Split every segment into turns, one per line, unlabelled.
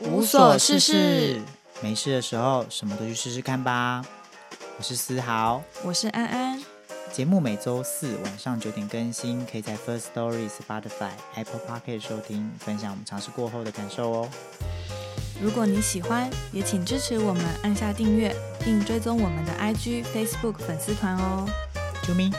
无所事事，
没事的时候什么都去试试看吧。我是思豪，
我是安安，
节目每周四晚上九点更新，可以在 First Story、Spotify、Apple p o c k e t 收听，分享我们尝试过后的感受哦。
如果你喜欢，也请支持我们按下订阅，并追踪我们的 IG、Facebook 粉丝团哦。
啾咪。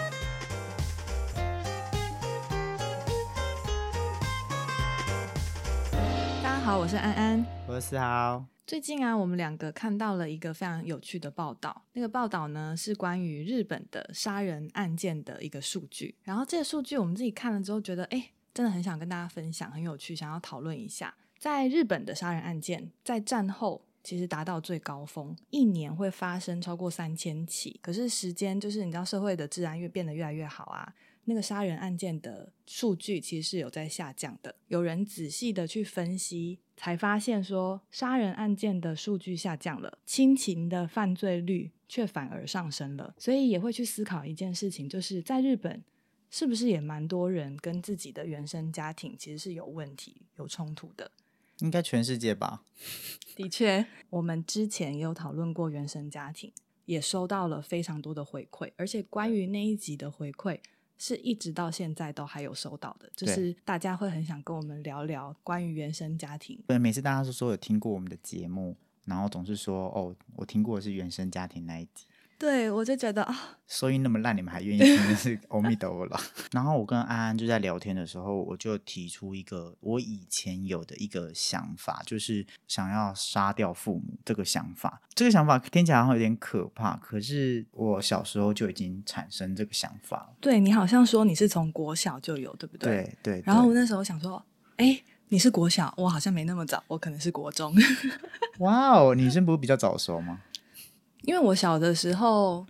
大家好，我是安安。
我是思豪，
最近啊，我们两个看到了一个非常有趣的报道。那个报道呢是关于日本的杀人案件的一个数据。然后这个数据我们自己看了之后，觉得哎，真的很想跟大家分享，很有趣，想要讨论一下。在日本的杀人案件，在战后其实达到最高峰，一年会发生超过三千起。可是时间就是你知道，社会的治安越变得越来越好啊，那个杀人案件的数据其实是有在下降的。有人仔细的去分析，才发现说杀人案件的数据下降了，亲情的犯罪率却反而上升了。所以也会去思考一件事情，就是在日本。是不是也蛮多人跟自己的原生家庭其实是有问题、有冲突的？
应该全世界吧？
的确，我们之前也有讨论过原生家庭，也收到了非常多的回馈，而且关于那一集的回馈，是一直到现在都还有收到的，就
对
是大家会很想跟我们聊聊关于原生家庭。
对，每次大家都说有听过我们的节目，然后总是说哦，我听过的是原生家庭那一集。
对我就觉得啊、
收音那么烂，你们还愿意听，真是欧米斗了。 然后我跟安安就在聊天的时候，我就提出一个我以前有的一个想法，就是想要杀掉父母这个想法。这个想法听起来好像有点可怕，可是我小时候就已经产生这个想法了。
对你好像说你是从国小就有，对不对？
对对，
然后我
对
那时候想说，哎，你是国小，我好像没那么早，我可能是国中。
哇哦，女生不是比较早熟吗？
因为我小的时候，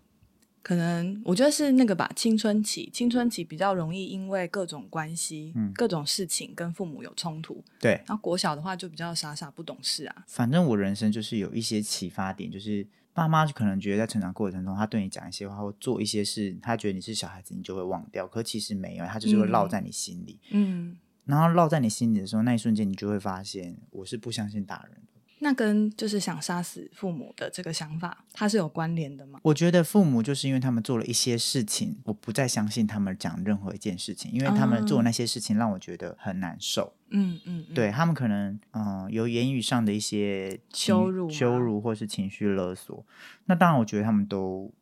可能我觉得是那个吧，青春期，青春期比较容易因为各种关系、
嗯
各种事情跟父母有冲突。
对，
然后国小的话就比较傻傻不懂事啊，
反正我人生就是有一些启发点，就是爸妈可能觉得在成长过程中，他对你讲一些话或做一些事，他觉得你是小孩子，你就会忘掉，可其实没有，他就是会烙在你心里。
嗯，
然后烙在你心里的时候，那一瞬间你就会发现，我是不相信大人的。
那跟就是想杀死父母的这个想法，它是有关联的吗？
我觉得父母就是因为他们做了一些事情，我不再相信他们讲任何一件事情，因为他们做的那些事情让我觉得很难受。
嗯嗯，嗯，
对他们可能嗯、呃有言语上的一些情
羞辱吗
羞辱或是情绪勒索。那当然，我觉得他们都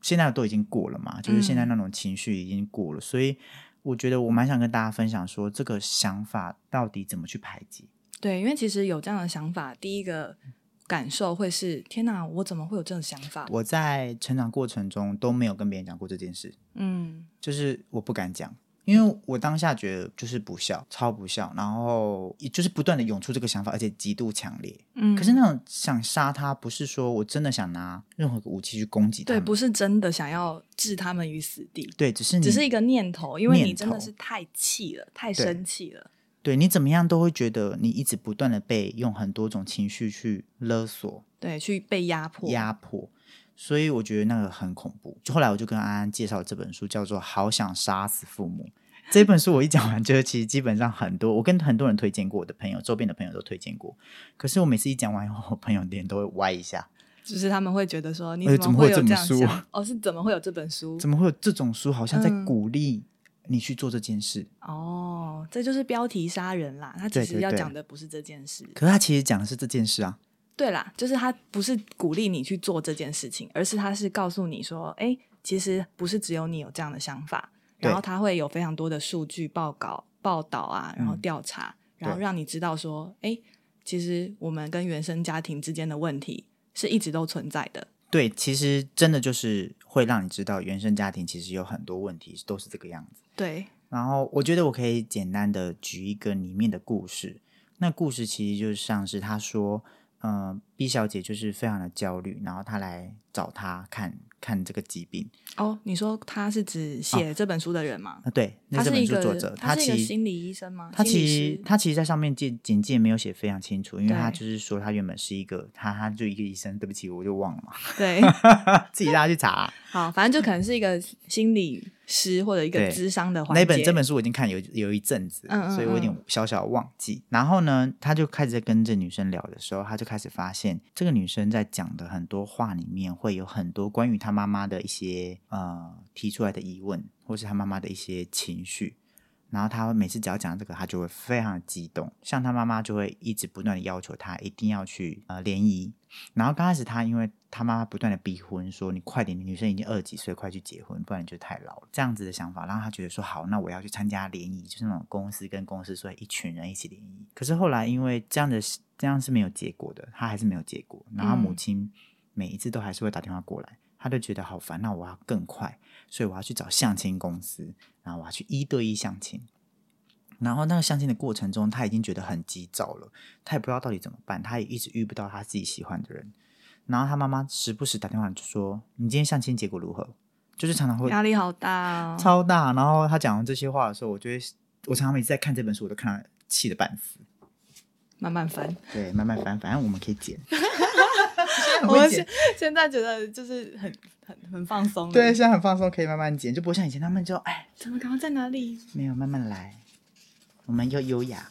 现在都已经过了嘛，就是现在
嗯
那种情绪已经过了，所以我觉得我蛮想跟大家分享说，这个想法到底怎么去排解。
对，因为其实有这样的想法，第一个感受会是天哪，我怎么会有这种想法？
我在成长过程中都没有跟别人讲过这件事，
嗯
就是我不敢讲。因为我当下觉得就是不孝，超不孝，然后也就是不断的涌出这个想法，而且极度强烈。
嗯，
可是那种想杀他，不是说我真的想拿任何一个武器去攻击他
对，
们，
不是真的想要置他们于死地，
对，只是你
只是一个念头，因为你
念
真的
头
是太气了，太
对
生气了。
对你怎么样都会觉得你一直不断的被用很多种情绪去勒索、
对，去被压迫。
压迫，所以我觉得那个很恐怖。就后来我就跟安安介绍这本书，叫做《好想杀死父母》。这本书我一讲完，就其实基本上很多，我跟很多人推荐过，我的朋友、周边的朋友都推荐过。可是我每次一讲完以后，我朋友脸都会歪一下，
就是他们会觉得说，你
哎
怎么会有
怎
这
么会有
样
这本书
想？哦，是怎么会有这本书？
怎么会有这种书？好像在
嗯
鼓励你去做这件事。
哦，这就是标题杀人啦。他其
对
实
对
要
对
讲的不是这件事。
可是他其实讲的是这件事啊，
对啦，就是他不是鼓励你去做这件事情，而是他是告诉你说，哎，其实不是只有你有这样的想法，
对
然后他会有非常多的数据报告、报道啊，然后
嗯
调查，然后
对
让你知道说，哎，其实我们跟原生家庭之间的问题是一直都存在的。
对，其实真的就是会让你知道原生家庭其实有很多问题都是这个样子。
对，
然后我觉得我可以简单的举一个里面的故事，那故事其实就像是他说，嗯、呃、，B 小姐就是非常的焦虑，然后她来找他看看这个疾病。
哦，你说他是指写这本书的人吗？
啊，对，哦那
他
这
是
本
一
书
个
作者，
他是一
其
个
实
心理医生吗？
他
心理
其实
师
他其实，在上面简简介没有写非常清楚，因为他
对
就是说他原本是一个他他就一个医生，对不起，我就忘了嘛，
对，
自己大家去查。啊
好，反正就可能是一个心理师或者一个
对
智商的环节。
那本这本书我已经看有有一阵子，
嗯嗯
所以我有点
嗯
小小忘记。然后呢，他就开始在跟这女生聊的时候，他就开始发现这个女生在讲的很多话里面会有很多关于她妈妈的一些呃提出来的疑问，或是她妈妈的一些情绪。然后他每次只要讲到这个，他就会非常激动。像他妈妈就会一直不断的要求他一定要去呃联谊。然后刚开始他因为他妈妈不断的逼婚，说你快点，女生已经二十几岁，快去结婚，不然你就太老了。这样子的想法让他觉得说好，那我要去参加联谊，就是那种公司跟公司所以一群人一起联谊。可是后来因为这样的这样是没有结果的，他还是没有结果。然后他母
嗯
亲每一次都还是会打电话过来，他就觉得好烦，那我要更快，所以我要去找相亲公司。然后我要去一对一相亲。然后那个相亲的过程中，他已经觉得很急躁了，他也不知道到底怎么办，他也一直遇不到他自己喜欢的人。然后他妈妈时不时打电话就说：“你今天相亲结果如何？”就是常常会
压力好大哦。
超大。然后他讲完这些话的时候，我就会，我常常每次在看这本书，我都看他气得半死。
慢慢翻。
对，慢慢翻，反正我们可以 剪。很
我
会
们
剪
现现在觉得就是很很很放松了。
对，现在很放松，可以慢慢剪，就不会像以前他们就哎，
怎么刚刚在哪里？
没有慢慢来，我们要优雅。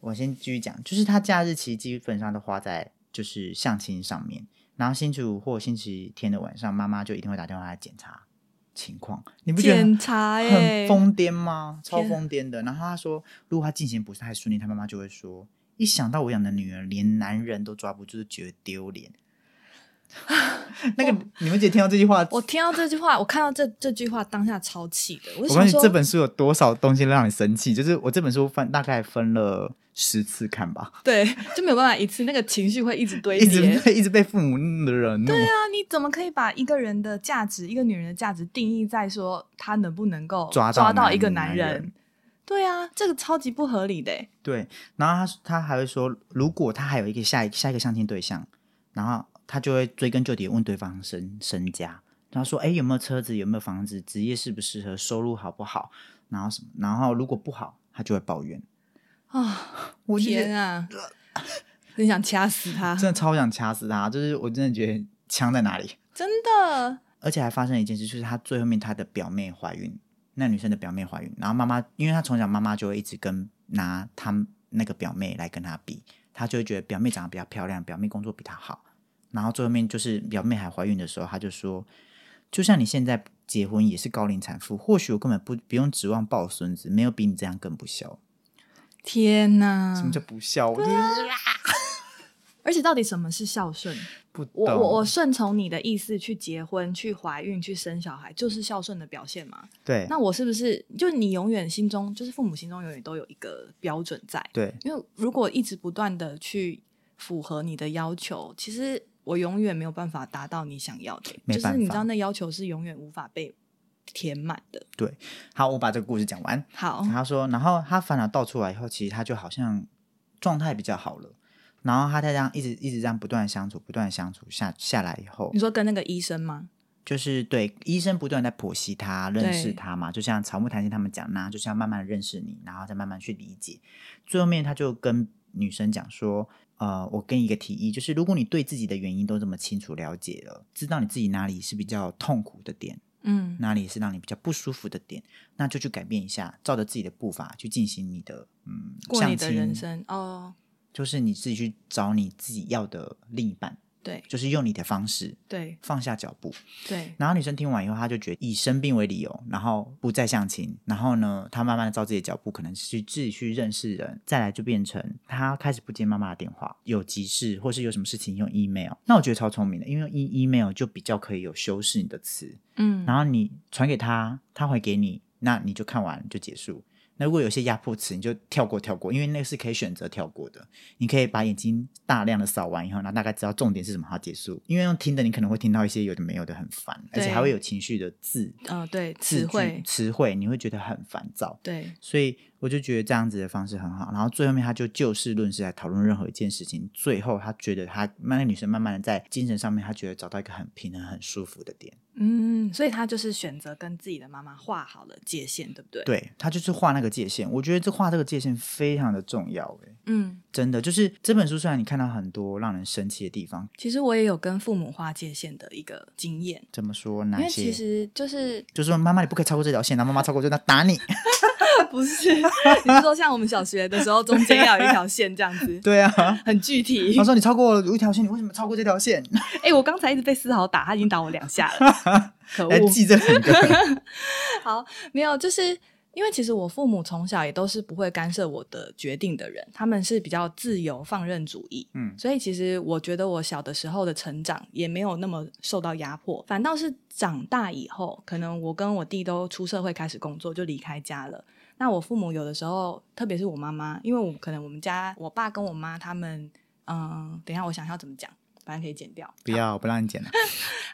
我先继续讲，就是他假日其实基本上都花在就是相亲上面，然后星期五或星期天的晚上，妈妈就一定会打电话来检查情况，你不觉得
检查耶、
很疯癫吗？超
天
疯癫的。然后他说，如果他进行不是太顺利，他妈妈就会说，一想到我养的女儿连男人都抓不住，就觉得 丢脸。那个你们姐听到这句话，
我听到这句话，我看到这这句话，当下超气的。我就
我告诉
想
你，
说，
这本书有多少东西让你生气？就是我这本书翻大概分了十次看吧，
对就没有办法一次，那个情绪会一直堆
一直
叠。啊
被一直被父母的人怒。
那你怎么可以把一个人的价值，一个女人的价值定义在说她能不能够
抓到
到
男
一个
男
人？
人
对啊，这个超级不合理的欸。
对，然后他他还会说，如果他还有一个下一下一个相亲对象，然后他就会追根究底地问对方身身家，然后说，哎，有没有车子，有没有房子，职业适不适合，收入好不好，然后什么，然后如果不好，他就会抱怨。
啊、
我就觉得
天 啊，很想掐死他，
真的超想掐死他，就是我真的觉得枪在哪里。
真的。
而且还发生了一件事，就是她最后面她的表妹怀孕，那女生的表妹怀孕，然后妈妈，因为她从小妈妈就会一直跟拿她那个表妹来跟她比，她就会觉得表妹长得比较漂亮，表妹工作比她好，然后最后面就是表妹还怀孕的时候，她就说，就像你现在结婚也是高龄产妇，或许我根本不不用指望抱孙子，没有比你这样更不孝。
天呐！
什么叫不孝？我就是
而且到底什么是孝顺？
不懂。
我我我顺从你的意思去结婚、去怀孕、去生小孩，就是孝顺的表现嘛？
对
那我是不是就你永远心中，就是父母心中永远都有一个标准在？
对
因为如果一直不断的去符合你的要求，其实我永远没有办法达到你想要的，
没
就
办
是你
法
知道那要求是永远无法被填满的。
好，我把这个故事讲完。
好，
他说，然后他烦恼倒出来以后，其实他就好像状态比较好了。然后他再这样一直一直这样不断地相处，不断地相处下下来以后
你，说跟那个医生吗？嗯
就是对医生不断地在剖析他、认识
对
他嘛，就像草木谈心他们讲那，就是要慢慢地认识你，然后再慢慢去理解。最后面他就跟女生讲说，呃，我给你一个提议，就是如果你对自己的原因都这么清楚了解了，知道你自己哪里是比较痛苦的点，
嗯，
哪里是让你比较不舒服的点，那就去改变一下，照着自己的步伐去进行你的嗯
过你的
相亲
人生哦，
就是你自己去找你自己要的另一半，
对
就是用你的方式
对
放下脚步。
对，
然后女生听完以后，她就觉得以生病为理由，然后不再相亲，然后呢，她慢慢的照自己的脚步，可能去自己去认识人，再来就变成她开始不接妈妈的电话，有急事或是有什么事情用 email。那我觉得超聪明的，因为用 e- email 就比较可以有修饰你的词，
嗯，
然后你传给他，他回给你，那你就看完就结束。那如果有些压迫词，你就跳过跳过，因为那个是可以选择跳过的。你可以把眼睛大量的扫完以后，然后大概知道重点是什么，好结束。因为用听的，你可能会听到一些有的没有的，很烦，而
对
且还会有情绪的字
嗯、对，
字
词
句
汇，
词汇，你会觉得很烦躁。
对
所以我就觉得这样子的方式很好。然后最后面他就就事论事来讨论任何一件事情，最后他觉得他那个女生慢慢的在精神上面，他觉得找到一个很平衡、很舒服的点。
嗯，所以他就是选择跟自己的妈妈画好了界限，对不对？，
对他就是画那个界限，我觉得这画这个界限非常的重要、欸，
嗯，
真的就是这本书虽然你看到很多让人生气的地方，
其实我也有跟父母画界限的一个经验，
怎么说
因
哪
为其
些？
实就是
就说妈妈你不可以超过这条线，然后妈妈超过就那打你。
不是你是说像我们小学的时候，中间要有一条线这样子
，对啊，
很具体
他。说你超过了一条线，你为什么超过这条线？
哎、我刚才一直被思豪打，他已经打我两下了， 可恶
来！哎记这 两个。
好，没有，就是因为其实我父母从小也都是不会干涉我的决定的人，他们是比较自由放任主义，
嗯，
所以其实我觉得我小的时候的成长也没有那么受到压迫，反倒是长大以后，可能我跟我弟都出社会开始工作，就离开家了。那我父母有的时候，特别是我妈妈，因为我可能我们家我爸跟我妈他们，嗯，等一下我想一下怎么讲，反正可以剪掉。
不要，我不让你剪了。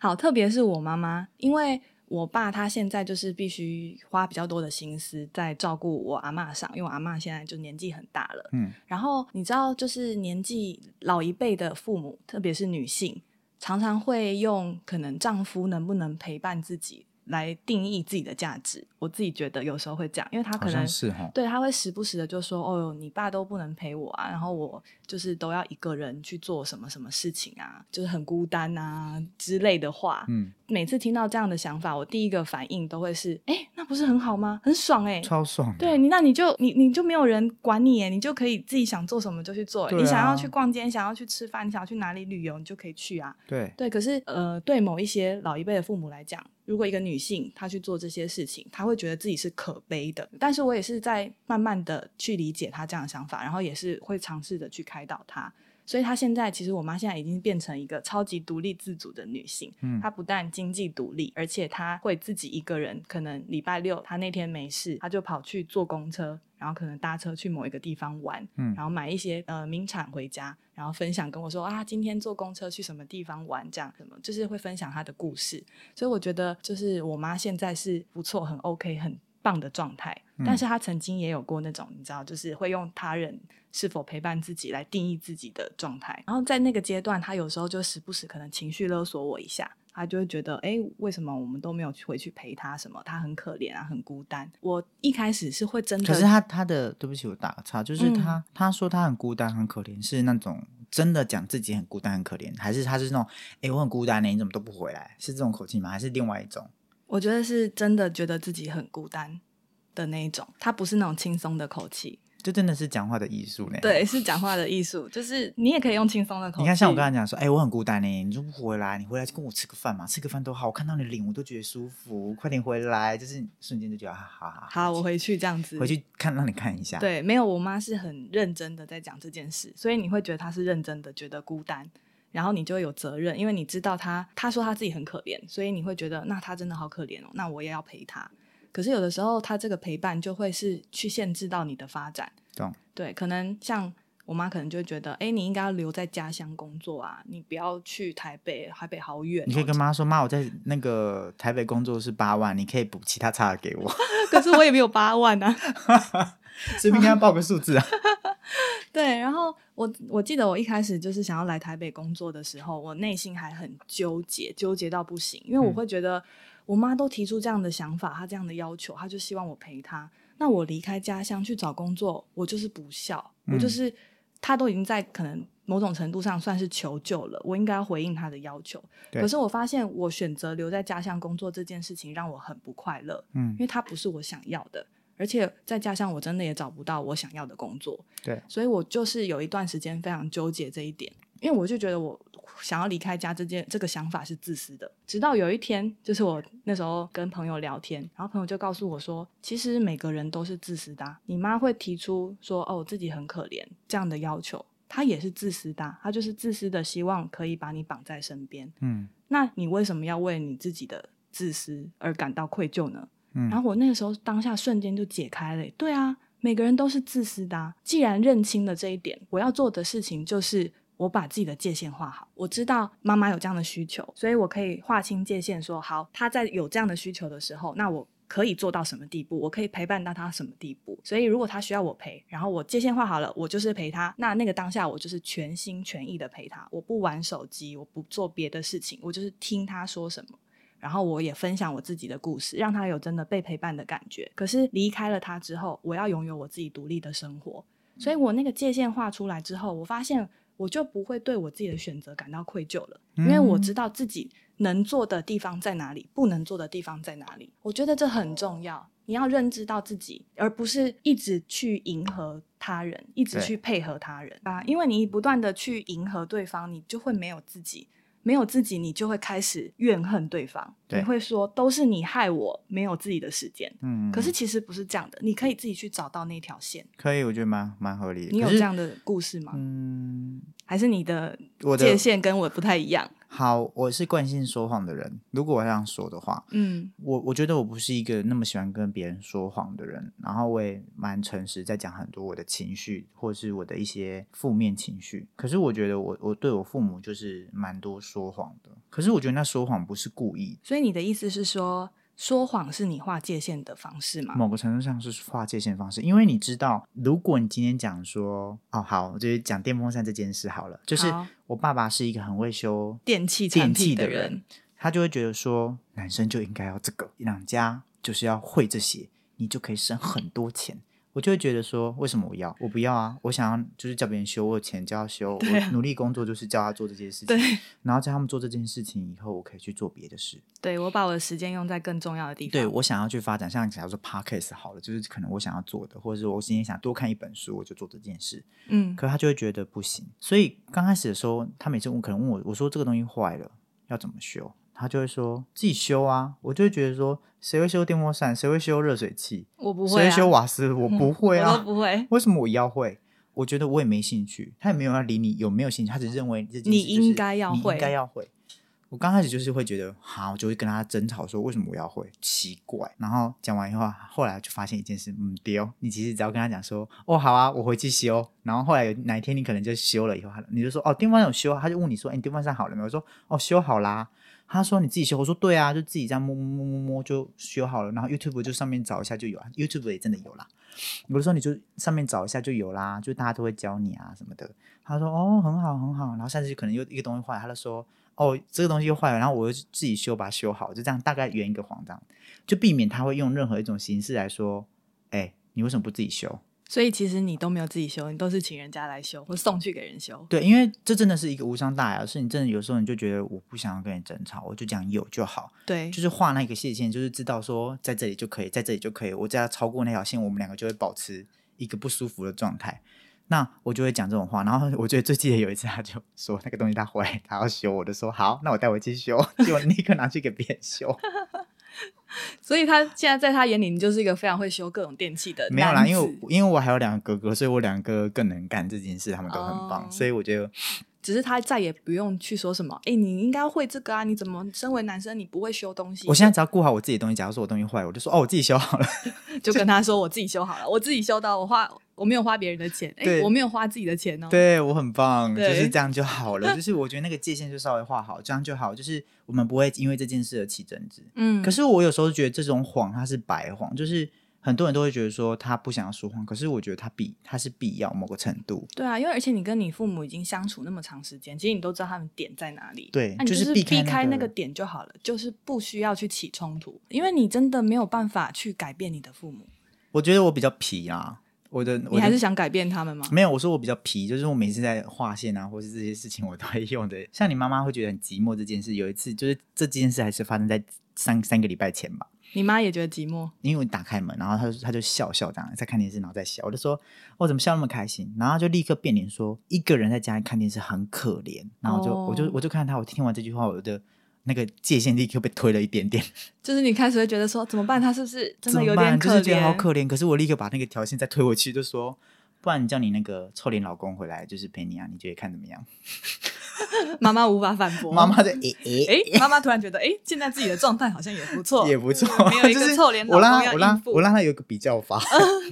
好，特别是我妈妈，因为我爸他现在就是必须花比较多的心思在照顾我阿嬷上，因为我阿嬷现在就年纪很大了。
嗯，
然后你知道，就是年纪老一辈的父母，特别是女性，常常会用可能丈夫能不能陪伴自己来定义自己的价值。我自己觉得有时候会这样，因为他
好
可能
像是哦哈。
对，他会时不时的就说：“哦，你爸都不能陪我啊，然后我就是都要一个人去做什么什么事情啊，就是很孤单啊之类的话。
嗯，
每次听到这样的想法，我第一个反应都会是：“哎、那不是很好吗？很爽哎、
超爽。
对，你那你就你你就没有人管你耶，你就可以自己想做什么就去做耶、
对
你想要
啊
去逛街，你想要去吃饭，你想要去哪里旅游，你就可以去啊。
对
对，可是呃，对某一些老一辈的父母来讲，如果一个女性她去做这些事情，她会觉得自己是可悲的。但是我也是在慢慢的去理解她这样的想法，然后也是会尝试着去开导她。所以她现在，其实我妈现在已经变成一个超级独立自主的女性。
嗯
她不但经济独立，而且她会自己一个人，可能礼拜六她那天没事，她就跑去坐公车，然后可能搭车去某一个地方玩，
嗯
然后买一些呃名产回家，然后分享跟我说啊，今天坐公车去什么地方玩，这样什么，就是会分享她的故事。所以我觉得，就是我妈现在是不错，很 OK，很棒的状态。但
嗯
是她曾经也有过那种，你知道，就是会用他人是否陪伴自己来定义自己的状态。然后在那个阶段，她有时候就时不时可能情绪勒索我一下。她就会觉得，哎、为什么我们都没有去回去陪她？什么？她很可怜啊，很孤单。我一开始是会真的，
可是他他的对不起，我打个岔，就是
嗯
他、他说他很孤单很可怜，是那种真的讲自己很孤单很可怜，还是他是那种哎、诶我很孤单呢、你怎么都不回来，是这种口气吗？还是另外一种？
我觉得是真的觉得自己很孤单的那一种，他不是那种轻松的口气，
这真的是讲话的艺术呢。
对，是讲话的艺术，就是你也可以用轻松的口气。
你看，像我刚才讲说，哎、我很孤单呢、你就不回来，你回来就跟我吃个饭嘛，吃个饭多好，我看到你脸我都觉得舒服，快点回来，就是瞬间就觉得，哈啊哈哈，
好，我回去这样子
回。去看让你看一下，，
对，没有，我妈是很认真的在讲这件事，所以你会觉得她是认真的，觉得孤单，然后你就会有责任，因为你知道她，她说她自己很可怜，所以你会觉得那她真的好可怜哦，那我也要陪她。可是有的时候，她这个陪伴就会是去限制到你的发展，
懂？
对，可能像我妈可能就会觉得，哎，你应该要留在家乡工作啊，你不要去台北，台北好远哦、
你可以跟妈说，妈，我在那个台北工作是八万，你可以补其他差的给 我，
可是我也没有八万啊。
随便跟他报个数字啊。
对，然后我我记得我一开始就是想要来台北工作的时候，我内心还很纠结，纠结到不行，因为我
嗯
会觉得我妈都提出这样的想法，她这样的要求，她就希望我陪她。那我离开家乡去找工作，我就是不孝，我就
嗯
是她都已经在可能某种程度上算是求救了，我应该要回应她的要求。
对
可是我发现我选择留在家乡工作这件事情让我很不快乐，
嗯
因，为它不是我想要的，而且再加上我真的也找不到我想要的工作，
对，
所以我就是有一段时间非常纠结这一点，因为我就觉得我想要离开家这件这个想法是自私的。直到有一天，就是我那时候跟朋友聊天，然后朋友就告诉我说，其实每个人都是自私的啊、你妈会提出说哦自己很可怜这样的要求，她也是自私的啊、她就是自私的希望可以把你绑在身边。
嗯
那你为什么要为你自己的自私而感到愧疚呢？
嗯，
然后我那个时候当下瞬间就解开了，对啊，每个人都是自私的、啊。既然认清了这一点，我要做的事情就是我把自己的界限画好。我知道妈妈有这样的需求，所以我可以划清界限说好，她在有这样的需求的时候，那我可以做到什么地步，我可以陪伴到他什么地步。所以如果他需要我陪，然后我界限画好了，我就是陪他。那那个当下，我就是全心全意的陪他，我不玩手机，我不做别的事情，我就是听他说什么。然后我也分享我自己的故事，让他有真的被陪伴的感觉。可是离开了他之后，我要拥有我自己独立的生活，所以我那个界限画出来之后，我发现我就不会对我自己的选择感到愧疚了，因为我
嗯
知道自己能做的地方在哪里，不能做的地方在哪里。我觉得这很重要，你要认知到自己，而不是一直去迎合他人，一直
对
去配合他人啊，因为你不断的去迎合对方，你就会没有自己。没有自己，你就会开始怨恨对方。
对
你会说都是你害我没有自己的时间。
嗯，
可是其实不是这样的，你可以自己去找到那条线。
可以，我觉得蛮蛮合理的。
你有
可是
这样的故事吗？
嗯，
还是你的
我的
界限跟我不太一样？
好，我是惯性说谎的人。如果我这样说的话，
嗯
我我觉得我不是一个那么喜欢跟别人说谎的人，然后我也蛮诚实，在讲很多我的情绪或是我的一些负面情绪。可是我觉得我我对我父母就是蛮多说谎的，可是我觉得那说谎不是故意，
所以你的意思是说，说谎是你划界限的方式吗？
某个程度上是划界限方式，因为你知道，如果你今天讲说哦好，就是讲电风扇这件事好了，就是
好
我爸爸是一个很会修
电器产
电
品
器
的
的人，他就会觉得说，男生就应该要这个，两家就是要会这些，你就可以省很多钱。我就会觉得说，为什么我要？我不要啊！我想要就是叫别人修，我有钱就要修，
对啊
我努力工作就是叫他做这些事情
对，
然后叫他们做这件事情以后，我可以去做别的事。
对我把我的时间用在更重要的地方。
对我想要去发展，像假如说 podcast 好了，就是可能我想要做的，或者是我今天想多看一本书，我就做这件事。
嗯，
可他就会觉得不行。所以刚开始的时候，他每次问，可能问我，我说这个东西坏了，要怎么修？他就会说自己修啊。我就会觉得说，谁会修电风扇？谁会修热水器？
我不
谁
会、
会
啊，
修瓦斯？我不会
我都
啊。
不会。
为什么我要会？我觉得我也没兴趣，他也没有要理你有没有兴趣，他只认为这件事
你
就是
应该要
你
会
应该要会。我刚开始就是会觉得，好，我就会跟他争吵说为什么我要会，奇怪。然后讲完以后，后来就发现一件事，嗯，丢、你其实只要跟他讲说，哦，好啊，我回去修。然后后来有哪一天你可能就修了以后，他你就说，哦，电风扇有修啊，他就问你说，哎，你电风扇好了没有？我说，哦，修好啦。他说你自己修，我说对啊，就自己这样摸摸摸摸摸就修好了。然后 YouTube 就上面找一下就有啊，YouTube 也真的有啦。我就说你就上面找一下就有啦，就大家都会教你啊什么的。他说哦，很好很好。然后下次可能又一个东西坏了，他就说哦，这个东西又坏了，然后我又自己修把它修好，就这样大概圆一个谎这样，就避免他会用任何一种形式来说，哎，你为什么不自己修？
所以其实你都没有自己修，你都是请人家来修，或送去给人修。
对，因为这真的是一个无伤大雅的事，你真的有时候你就觉得我不想要跟你争吵，我就讲有就好，
对，
就是画那个界限，就是知道说在这里就可以，在这里就可以，我只要超过那条线，我们两个就会保持一个不舒服的状态。那我就会讲这种话，然后我觉得最记得有一次，他就说那个东西他回来他要修，我就说好，那我带回去修，结果立刻拿去给别人 修。
所以他现在在他眼里，你就是一个非常会修各种电器的
没有啦，
男
因为
子
我因为我还有两个哥哥，所以我两个更能干这件事，他们都很棒，
哦
所以我觉得
只是他再也不用去说什么，哎、你应该会这个啊，你怎么身为男生你不会修东西？
我现在只要顾好我自己的东西，假如说我东西坏了，我就说哦我自己修好了。
就跟他说我自己修好了，我自己修到我花我没有花别人的钱，哎、
对
我没有花自己的钱哦。，
对我很棒，就
对
是这样就好了。就是我觉得那个界限就稍微画好，这样就好。就是我们不会因为这件事而起争执。
嗯，
可是我有时候觉得这种谎它是白谎，就是很多人都会觉得说他不想要说谎，可是我觉得他必他是必要某个程度。
对啊，因为而且你跟你父母已经相处那么长时间，其实你都知道他们点在哪里。
对
那啊你
就是是避
开
开那
那个
个
点就好了，就是不需要去起冲突，因为你真的没有办法去改变你的父母。我
我觉得我比较皮啦，我的
你
我嗯的
还是想改变他们吗？
没有，我说我比较皮，就是我每次在划线啊，或是这些事情，我都会用的。像你妈妈会觉得很寂寞这件事，有一次就是这件事还是发生在三三个礼拜前吧。
你妈也觉得寂寞，
因为我打开门，然后他就他就笑笑这样，在看电视，然后在笑，我就说，我、怎么笑那么开心？然后他就立刻变脸说，一个人在家里看电视很可怜。然后我就、
哦
我就我就看他，我听完这句话，我的那个界限立刻被推了一点点，
就是你开始会觉得说怎么办？他是不是真的有
怎么
点
办
可
就是
怜？
觉得好可怜。可是我立刻把那个条线再推回去，就说，不然你叫你那个臭脸老公回来，就是陪你啊，你觉得看怎么样？
妈妈无法反驳。
妈妈的诶诶
哎，妈妈突然觉得，哎，现在自己的状态好像也不错，
也不错
嗯没，有一
就
个
是
臭脸老
我让
公
他
要
我让
应付
我让他有一个比较法，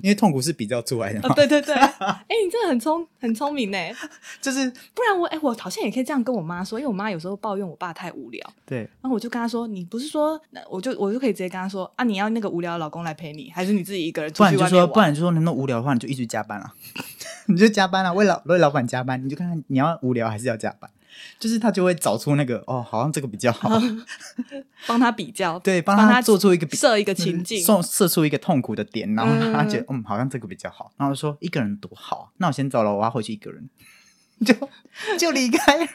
因为痛苦是比较出来的
哦
嘛，，
对 对对，哎、你真的很聪很聪明呢。
就是
不然我哎、我好像也可以这样跟我妈说，因为我妈有时候抱怨我爸太无聊，
对
然后我就跟她说，你不是说，那我就我就可以直接跟她说啊，你要那个无聊的老公来陪你，还是你自己一个人
不
出
然
去
你就
外面
说，
玩？
不然你就说，你那么无聊的话，你就一直加班啊， 你就加班啊，为老为老板加班，你就看看你要无聊还是要加班，就是他就会找出那个哦，好像这个比较好，
帮她比较，嗯
对，帮
帮
他
他
做出一个比嗯
设一个情境，
送射出一个痛苦的点，然后让他觉得嗯好像这个比较好，然后就说一个人多好啊，那我先走了，我要回去一个人， 就就离开 了。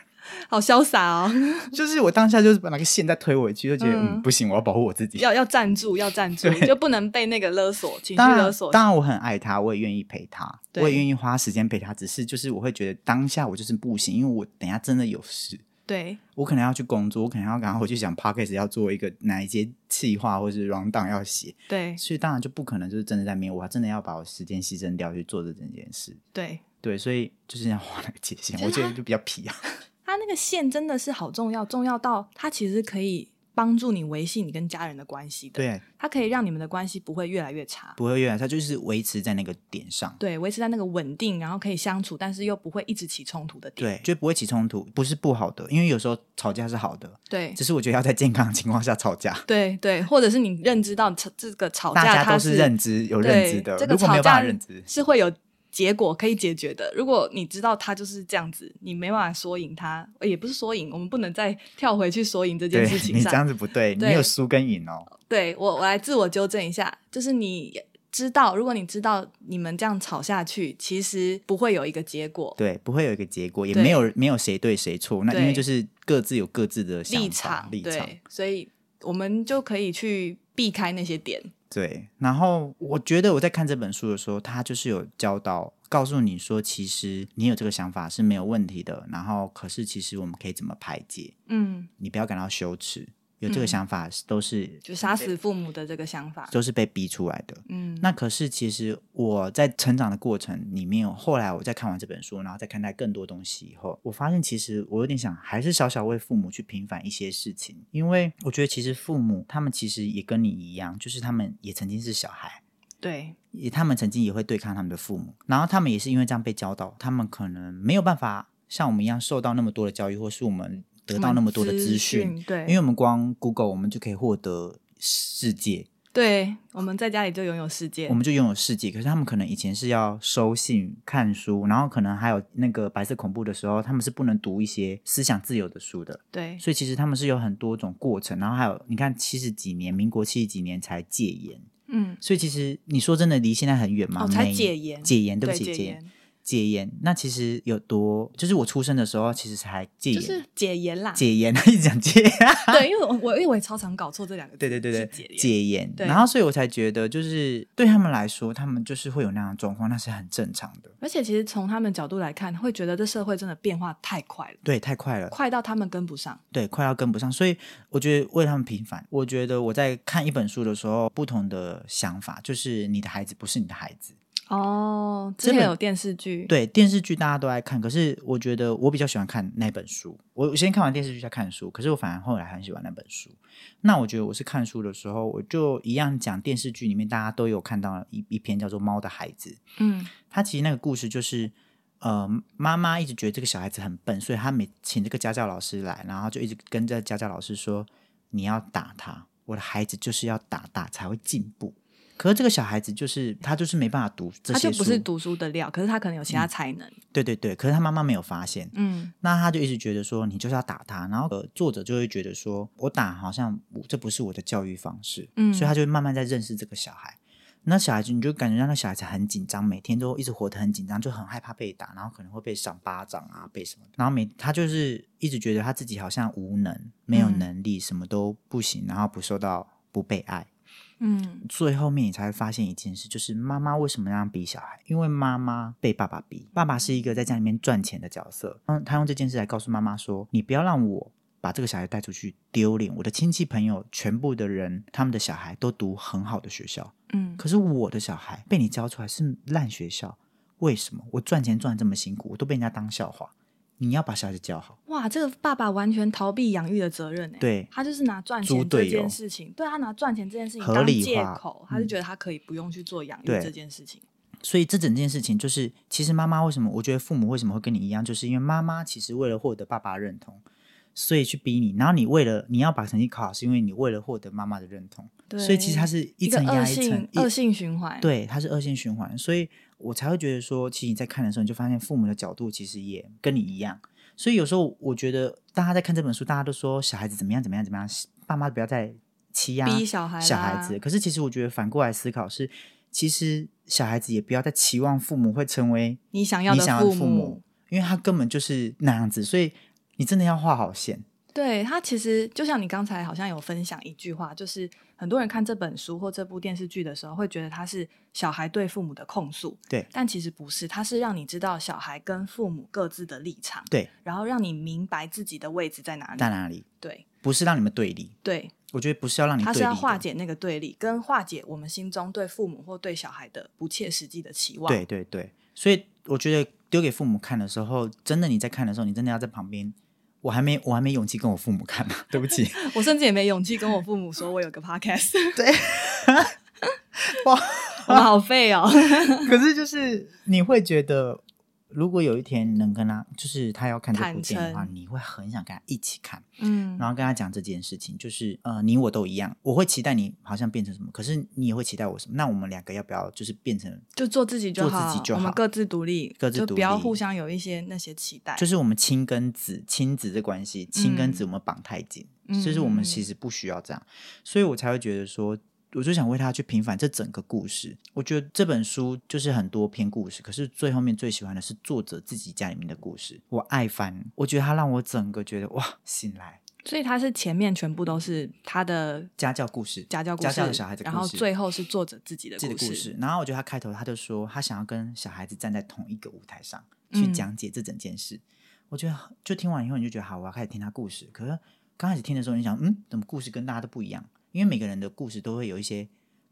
好潇洒哦，
就是我当下就是把那个线再推回去，就觉得
嗯
嗯不行，我要保护我自己。
要要站住，要站 住，
对
就不能被那个勒索情绪
当
勒
然
索，。
当然我很爱他，我也愿意陪他，
对
我也愿意花时间陪他。只是就是我会觉得当下我就是不行，因为我等一下真的有事，
对，
我可能要去工作，我可能要赶快回去想 p o c k e t 要做一个哪一些计划或是 round down 要写，
对，
所以当然就不可能就是真的在面，我真的要把我时间牺牲掉去做这整件事。
对，
对，所以就是要画那个界 限，
觉得
我觉得
他
就比较皮啊。
他那个线真的是好重要，重要到它其实可以帮助你维系你跟家人的关系的。，
对，
它可以让你们的关系不会越来越差。
不会越来他就是维持在那个点上。
对，维持在那个稳定，然后可以相处，但是又不会一直起冲突的点。
对，就不会起冲突，不是不好的，因为有时候吵架是好的，
对
只是我觉得要在健康的情况下吵架。
对对，或者是你认知到这这个吵
大
架
家
它
都
是
是认知有认
对
知的，
这个
如果没
吵
有办法
架
认知，
是会有结果可以解决的。如果你知道他就是这样子，你没办法说赢他，呃也不是说赢，我们不能再 跳回去说赢这件
对
事情
你这
上。
样子不对，你
对
有输跟赢哦。
对我，我来自我纠正一下，就是你知道，如果你知道你们这样吵下去，其实不会有一个结果。
对，不会有一个结果，也
对
没有没有谁对谁错，那因
对
为就是各自有各自的想
立
法
场，
立场。
对，所以我们就可以去避开那些点。
对，然后我觉得我在看这本书的时候，他就是有教导告诉你说，其实你有这个想法是没有问题的，然后可是其实我们可以怎么排解，
嗯，
你不要感到羞耻，有
嗯
这个想法是都是、
就杀死父母的这个想法。
都是被逼出来的。
嗯，
那可是，其实我在成长的过程里面，后来我在看完这本书，然后再看待更多东西以后，我发现其实我有点想，还是小小为父母去平反一些事情，因为我觉得其实父母他们其实也跟你一样，就是他们也曾经是小孩，
对
也他们曾经也会对抗他们的父母，然后他们也是因为这样被教导，他们可能没有办法像我们一样受到那么多的教育，或是我们得到那么多的资讯，，
对，
因为我们光 Google 我们就可以获得世界。
对，我们在家里就拥有世界
我。们就拥有世界。可是他们可能以前是要收信、看书，然后可能还有那个白色恐怖的时候，他们是不能读一些思想自由的书的。
对，
所以其实他们是有很多种过程，然后还有你看七十几年，民国七十几年才戒严，
嗯，
所以其实你说真的离现在很远吗？
哦，才
没
解严，
戒严，对不
对
起，戒
解
严，
严，
戒严。那其实有多，就是我出生的时候，其实才戒
就
严，
是解严啦。
戒严， 一直讲戒严。
对，因为我我因为我也超常搞错这两个字。
对对对对，
是解严
戒严。
对
然后，所以我才觉得，就是对他们来说，他们就是会有那样的状况，那是很正常的。
而且其实从他们角度来看，会觉得这社会真的变化太快了，
对，太快了，
快到他们跟不上。
对，快要跟不上，所以我觉得为他们平反。我觉得我在看一本书的时候，不同的想法就是你的孩子不是你的孩子。
哦，之
这
前
本
有电视剧，
对，电视剧大家都爱看，可是我觉得我比较喜欢看那本书。我我先看完电视剧再看书，可是我反而后来很喜欢那本书。那我觉得我是看书的时候，我就一样讲电视剧里面大家都有看到一一篇叫做《猫的孩子》，
嗯，
他其实那个故事就是，呃，妈妈一直觉得这个小孩子很笨，所以他每请这个家教老师来，然后就一直跟这家教老师说，你要打他，我的孩子就是要打打才会进步。可是这个小孩子就是他就是没办法读这
他
些
就
书，嗯
不是读书的料，可是他可能有其他才能。
对对对，可是他妈妈没有发现，
嗯，
那他就一直觉得说你就是要打他，然后呃作者就会觉得说我打好像我这不是我的教育方式，
嗯
所以他就慢慢在认识这个小孩。那小孩子你就感觉到那小孩子很紧张，每天都一直活得很紧张，就很害怕被打，然后可能会被赏巴掌啊，被什么的。然后每他就是一直觉得他自己好像无能，没有
嗯
能力，什么都不行，然后不受到不被爱。
嗯
最后面你才会发现一件事，就是妈妈为什么那样逼小孩？因为妈妈被爸爸逼，爸爸是一个在家里面赚钱的角色。嗯，他用这件事来告诉妈妈说：“你不要让我把这个小孩带出去丢脸。我的亲戚朋友全部的人，他们的小孩都读很好的学校，
嗯，
可是我的小孩被你教出来是烂学校。为什么？我赚钱赚得这么辛苦，我都被人家当笑话。你要把小孩子教好。
哇，这个爸爸完全逃避养育的责任哎、
对
他就是拿赚
猪
钱这
队友
件事情，对他拿赚钱这件事情
合
当
理
借
化
口，他就
嗯
觉得他可以不用去做养育
对
这件事情。
所以这整件事情就是，其实妈妈为什么？我觉得父母为什么会跟你一样，就是因为妈妈其实为了获得爸爸认同，所以去逼你。然后你为了你要把成绩考好，是因为你为了获得妈妈的认同。
对，
所以其实它是一
一个
层
恶
压一层
性，
一
恶性循环。，
对，它是恶性循环，所以我才会觉得说，其实你在看的时候，你就发现父母的角度其实也跟你一样。所以有时候我觉得大家在看这本书，大家都说小孩子怎么样怎么样怎么样，爸妈不要再欺压
逼小孩啦
啊小孩子。可是其实我觉得反过来思考是，其实小孩子也不要再期望父母会成为
你想要
你
的
想要
父
的父母，因为他根本就是那样子，所以你真的要画好线。
对他其实就像你刚才好像有分享一句话，就是很多人看这本书或这部电视剧的时候，会觉得他是小孩对父母的控诉，
对
但其实不是，他是让你知道小孩跟父母各自的立场，
对，
然后让你明白自己的位置在哪里。
在哪里？
对
不是让你们对立，
对，
我觉得不是要让嗯你对
他
立
是
的，
要化解那个对立，跟化解我们心中对父母或对小孩的不切实际的期望。
对对对，所以我觉得丢给父母看的时候，真的你在看的时候，你真的要在旁边。我还没，我还没勇气跟我父母看呢、 对不 起，
我甚至也没勇气跟我父母说我有个 podcast，
哇！
我们好废 哦。
可是就是你会觉得，如果有一天能跟他，就是他要看这部
坦
电影的话，
诚
你会很想跟他一起看，
嗯
然后跟他讲这件事情，就是呃，你我都一样，我会期待你好像变成什么，可是你也会期待我什么，那我们两个要不要就是变成
就做自己就
做自
好，
己就
我们
好
各自独立，
各自
就
独
不要
立
互相有一些那些期待。
就是我们亲跟子、亲子的关系，亲跟子我们绑太紧，
嗯
就是
嗯
我
嗯
们其实不需要这样，所以我才会觉得说，我就想为他去平反这整个故事。我觉得这本书就是很多篇故事，可是最后面最喜欢的是作者自己家里面的故事，我爱翻，我觉得他让我整个觉得哇，醒来
所以他是前面全部都是他的
家教故事，
家教故事，
家教的小孩子故事，
然后最后是作者自己的
自己的故事。然后我觉得他开头他就说，他想要跟小孩子站在同一个舞台上去
嗯
讲解这整件事。我觉得就听完以后，你就觉得好，我要开始听他故事。可是刚开始听的时候，你想，嗯，怎么故事跟大家都不一样？因为每个人的故事都会有一些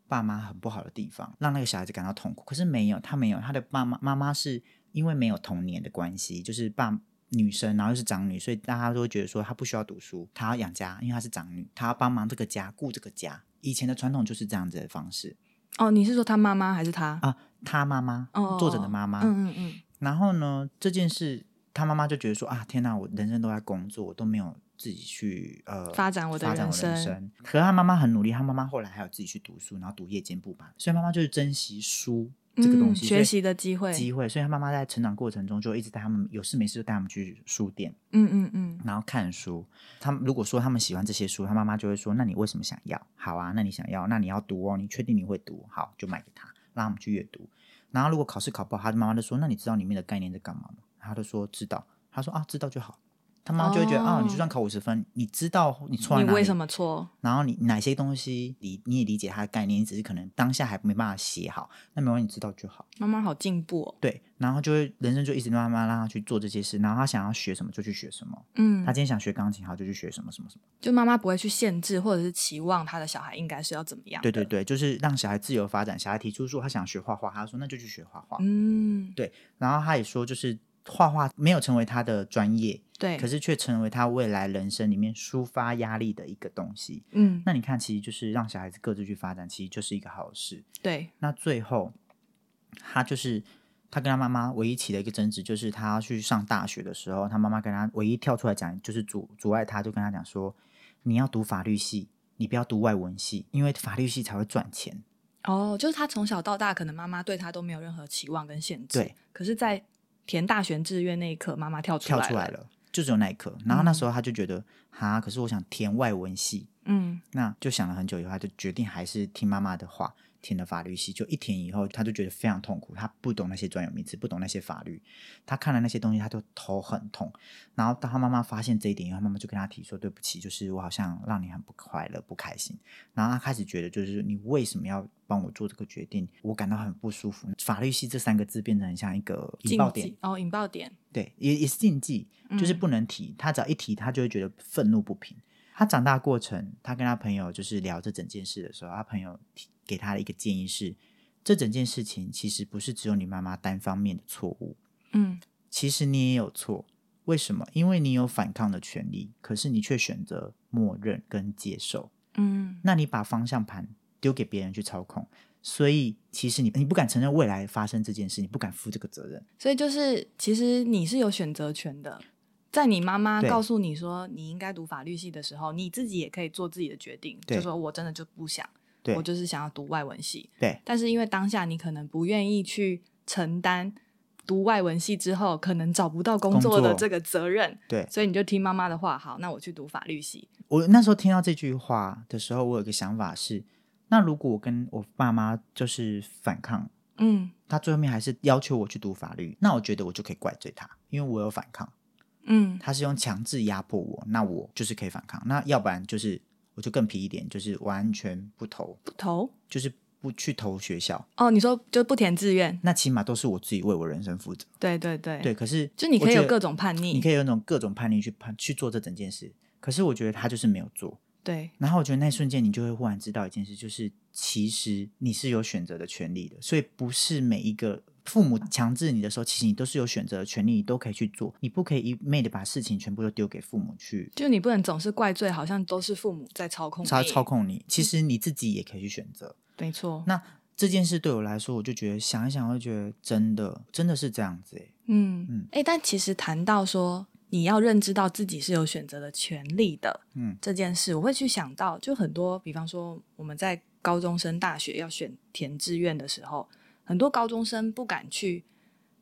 爸妈很不好的地方，让那个小孩子感到痛苦。可是没有，他没有，他的爸妈妈妈是因为没有童年的关系，就是爸。女生，然后又是长女，所以大家都会觉得说她不需要读书，她要养家，因为她是长女，她要帮忙这个家，顾这个家。以前的传统就是这样子的方式。
哦，你是说他妈妈还是他？
啊，他妈妈，
哦
作者的妈妈。
嗯嗯嗯，
然后呢，这件事他妈妈就觉得说啊，天哪，我人生都在工作，我都没有自己去呃
发展我的
发展
人
我的人
生
生。可是他妈妈很努力，他妈妈后来还有自己去读书，然后读夜间部吧，所以妈妈就是珍惜书。这个东
嗯
西，
学
所以
习的机会
机会，所以他妈妈在成长过程中就一直带他们，有事没事就带他们去书店，
嗯嗯嗯，
然后看书。他们如果说他们喜欢这些书，他妈妈就会说：“那你为什么想要？好啊，那你想要，那你要读哦，你确定你会读？好，就买给他，让他们去阅读。然后如果考试考不好，他的妈妈就说：‘那你知道里面的概念在干嘛吗？’他就说：‘知道。’他说：‘啊，知道就好。’他妈妈就会觉得：‘啊，你就算考五十分，你知道你错在
哦你
哪里
为什么错？
然后你哪些东西理你也理解它的概念，你只是可能当下还没办法写好，那没关系，你知道就好。”
妈妈好进步哦。
对，然后就会人生就一直慢慢让他去做这些事，然后他想要学什么就去学什么。
嗯
他，今天想学钢琴，好就去学什么什么什么。
就妈妈不会去限制或者是期望他的小孩应该是要怎么样。
对对，对，就是让小孩自由发展。小孩提出说他想学画画，他说那就去学画画。
嗯，
然后他也说，就是画画没有成为他的专业，
对，
可
是
是却成为他未来人生里面抒发压力的一个东西。
嗯，
那你看，其实就是让小孩子各自去发展，其实就是一个好事。
对，
那最后，他就是他跟他妈妈唯一起的一个争执，就是他要去上大学的时候，他妈妈跟他唯一跳出来讲，就是阻阻碍他，就跟他讲说，你要读法律系，你不要读外文系，因为法律系才会赚钱。
哦，就是他从小到大，可能妈妈对他都没有任何期望跟限制。
对，
可是，在填大学志愿那一刻，妈妈跳出
跳
来
出来了，就只有那一刻。然后那时候他就觉得，哈，可是我想填外文系，
嗯，
那就想了很久以后，他就决定还是听妈妈的话，填了法律系。就一填以后，他就觉得非常痛苦，他不懂那些专有名词，不懂那些法律，他看了那些东西，他就头很痛。然后当他妈妈发现这一点以后，妈妈就跟他提说：“对不起，就是我好像让你很不快乐、不开心。”然后他开始觉得，就是你为什么要帮我做这个决定？我感到很不舒服。法律系这三个字变成很像一个引爆
禁
点
忌，哦，引爆点，
对，也也是禁忌，就是
嗯
不能提。他只要一提，他就会觉得愤怒不平。他长大过程，他跟他朋友就是聊这整件事的时候，他朋友提给他的一个建议是：这整件事情其实不是只有你妈妈单方面的错误，
嗯，
其实你也有错。为什么？因为你有反抗的权利，可是你却选择默认跟接受。
嗯，
那你把方向盘丢给别人去操控，所以其实你你不敢承认未来发生这件事，你不敢负这个责任。
所以就是，其实你是有选择权的。在你妈妈
对
告诉你说你应该读法律系的时候，你自己也可以做自己的决定，
对
就说我真的就不想，
对
我就是想要读外文系。
对
但是因为当下你可能不愿意去承担读外文系之后可能找不到工作的
工作
这个责任，
对，
所以你就听妈妈的话，好，那我去读法律系。
我那时候听到这句话的时候，我有个想法是：那如果我跟我爸妈就是反抗，
嗯
他最后面还是要求我去读法律，那我觉得我就可以怪罪他，因为我有反抗，
嗯
他是用强制压迫我，那我就是可以反抗。那要不然就是我就更皮一点，就是完全不投，
投
就是不去投学校，
哦，你说就不填志愿，
那起码都是我自己为我人生负责。
对对对，
对，可是
就你可以
我觉
有
得
各种叛逆，
你可以有那种各种叛逆去叛去做这整件事。可是我觉得他就是没有做，
对，
然后我觉得那一瞬间你就会忽然知道一件事，就是其实你是有选择的权利的，所以不是每一个父母强制你的时候，其实你都是有选择的权利，你都可以去做，你不可以一昧的把事情全部都丢给父母去。
就你不能总是怪罪，好像都是父母在操控
操
你
操，控你，其实你自己也可以去选择。
没错，
那这件事对我来说，我就觉得想一想，我就觉得真的真的是这样子、欸。
嗯嗯
嗯，
哎、但其实谈到说你要认知到自己是有选择的权利的
嗯，
这件事，我会去想到，就很多，比方说我们在高中生、大学要选填志愿的时候，很多高中生不敢去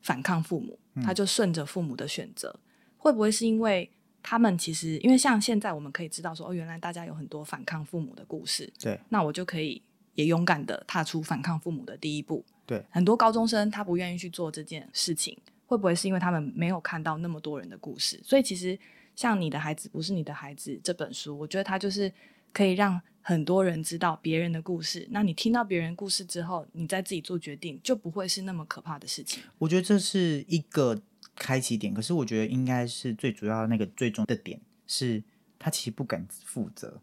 反抗父母，
嗯
他就顺着父母的选择，会不会是因为？他们其实，因为像现在我们可以知道说，哦，原来大家有很多反抗父母的故事，
对
那我就可以也勇敢的踏出反抗父母的第一步。
对，
很多高中生他不愿意去做这件事情，会不会是因为他们没有看到那么多人的故事？所以其实像《你的孩子不是你的孩子》这本书，我觉得它就是可以让很多人知道别人的故事。那你听到别人故事之后，你再自己做决定，就不会是那么可怕的事情。
我觉得这是一个开启点，可是我觉得应该是最主要的那个最终的点是，他其实不敢负责。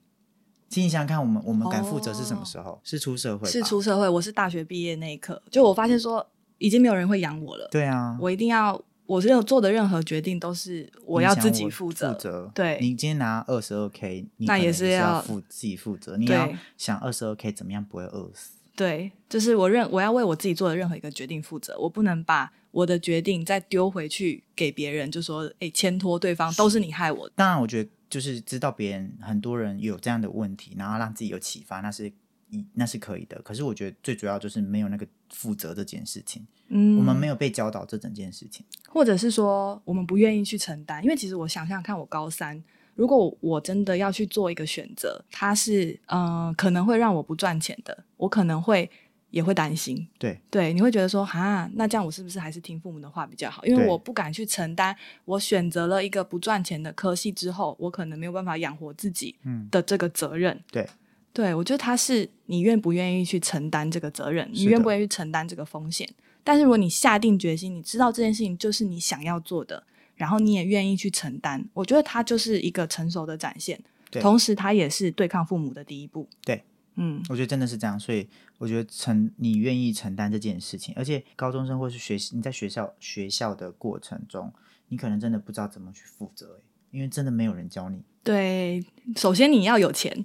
其实你想想看，我们我们敢负责是什么时候？是出社会吧？
哦是出社会，我是大学毕业那一刻，就我发现说，已经没有人会养我了，
对啊，
我一定要。我任做的任何决定都是我要
你想
自己
负
负责，对
你今天拿二十二 k，你
那
可能
也
也
是要
要负自己负责，你
对
要想二十二 k 怎么样不会饿死。
对，就是我认我要为我自己做的任何一个决定负责，我不能把我的决定再丢回去给别人，就说哎牵拖对方都是你害我的。
当然，我觉得就是知道别人很多人有这样的问题，然后让自己有启发，那是一那是可以的。可是我觉得最主要就是没有那个负责这件事情，
嗯
我们没有被教导这整件事情。
或者是说我们不愿意去承担，因为其实我想想看，我高三如果我真的要去做一个选择，它是嗯、呃可能会让我不赚钱的，我可能会也会担心，
对，
对，你会觉得说哈，那这样我是不是还是听父母的话比较好？因为
对
我不敢去承担，我选择了一个不赚钱的科系之后，我可能没有办法养活自己
嗯
的这个责任。
对，
对我觉得他是你愿不愿意去承担这个责任，你
是的
愿不愿意去承担这个风险。但是如果你下定决心，你知道这件事情就是你想要做的，然后你也愿意去承担，我觉得它就是一个成熟的展现，
对
同时它也是对抗父母的第一步。
对，
嗯，
我觉得真的是这样，所以我觉得承你愿意承担这件事情，而且高中生或是学习你在学校学校的过程中，你可能真的不知道怎么去负责、欸，因为真的没有人教你。
对，首先你要有钱，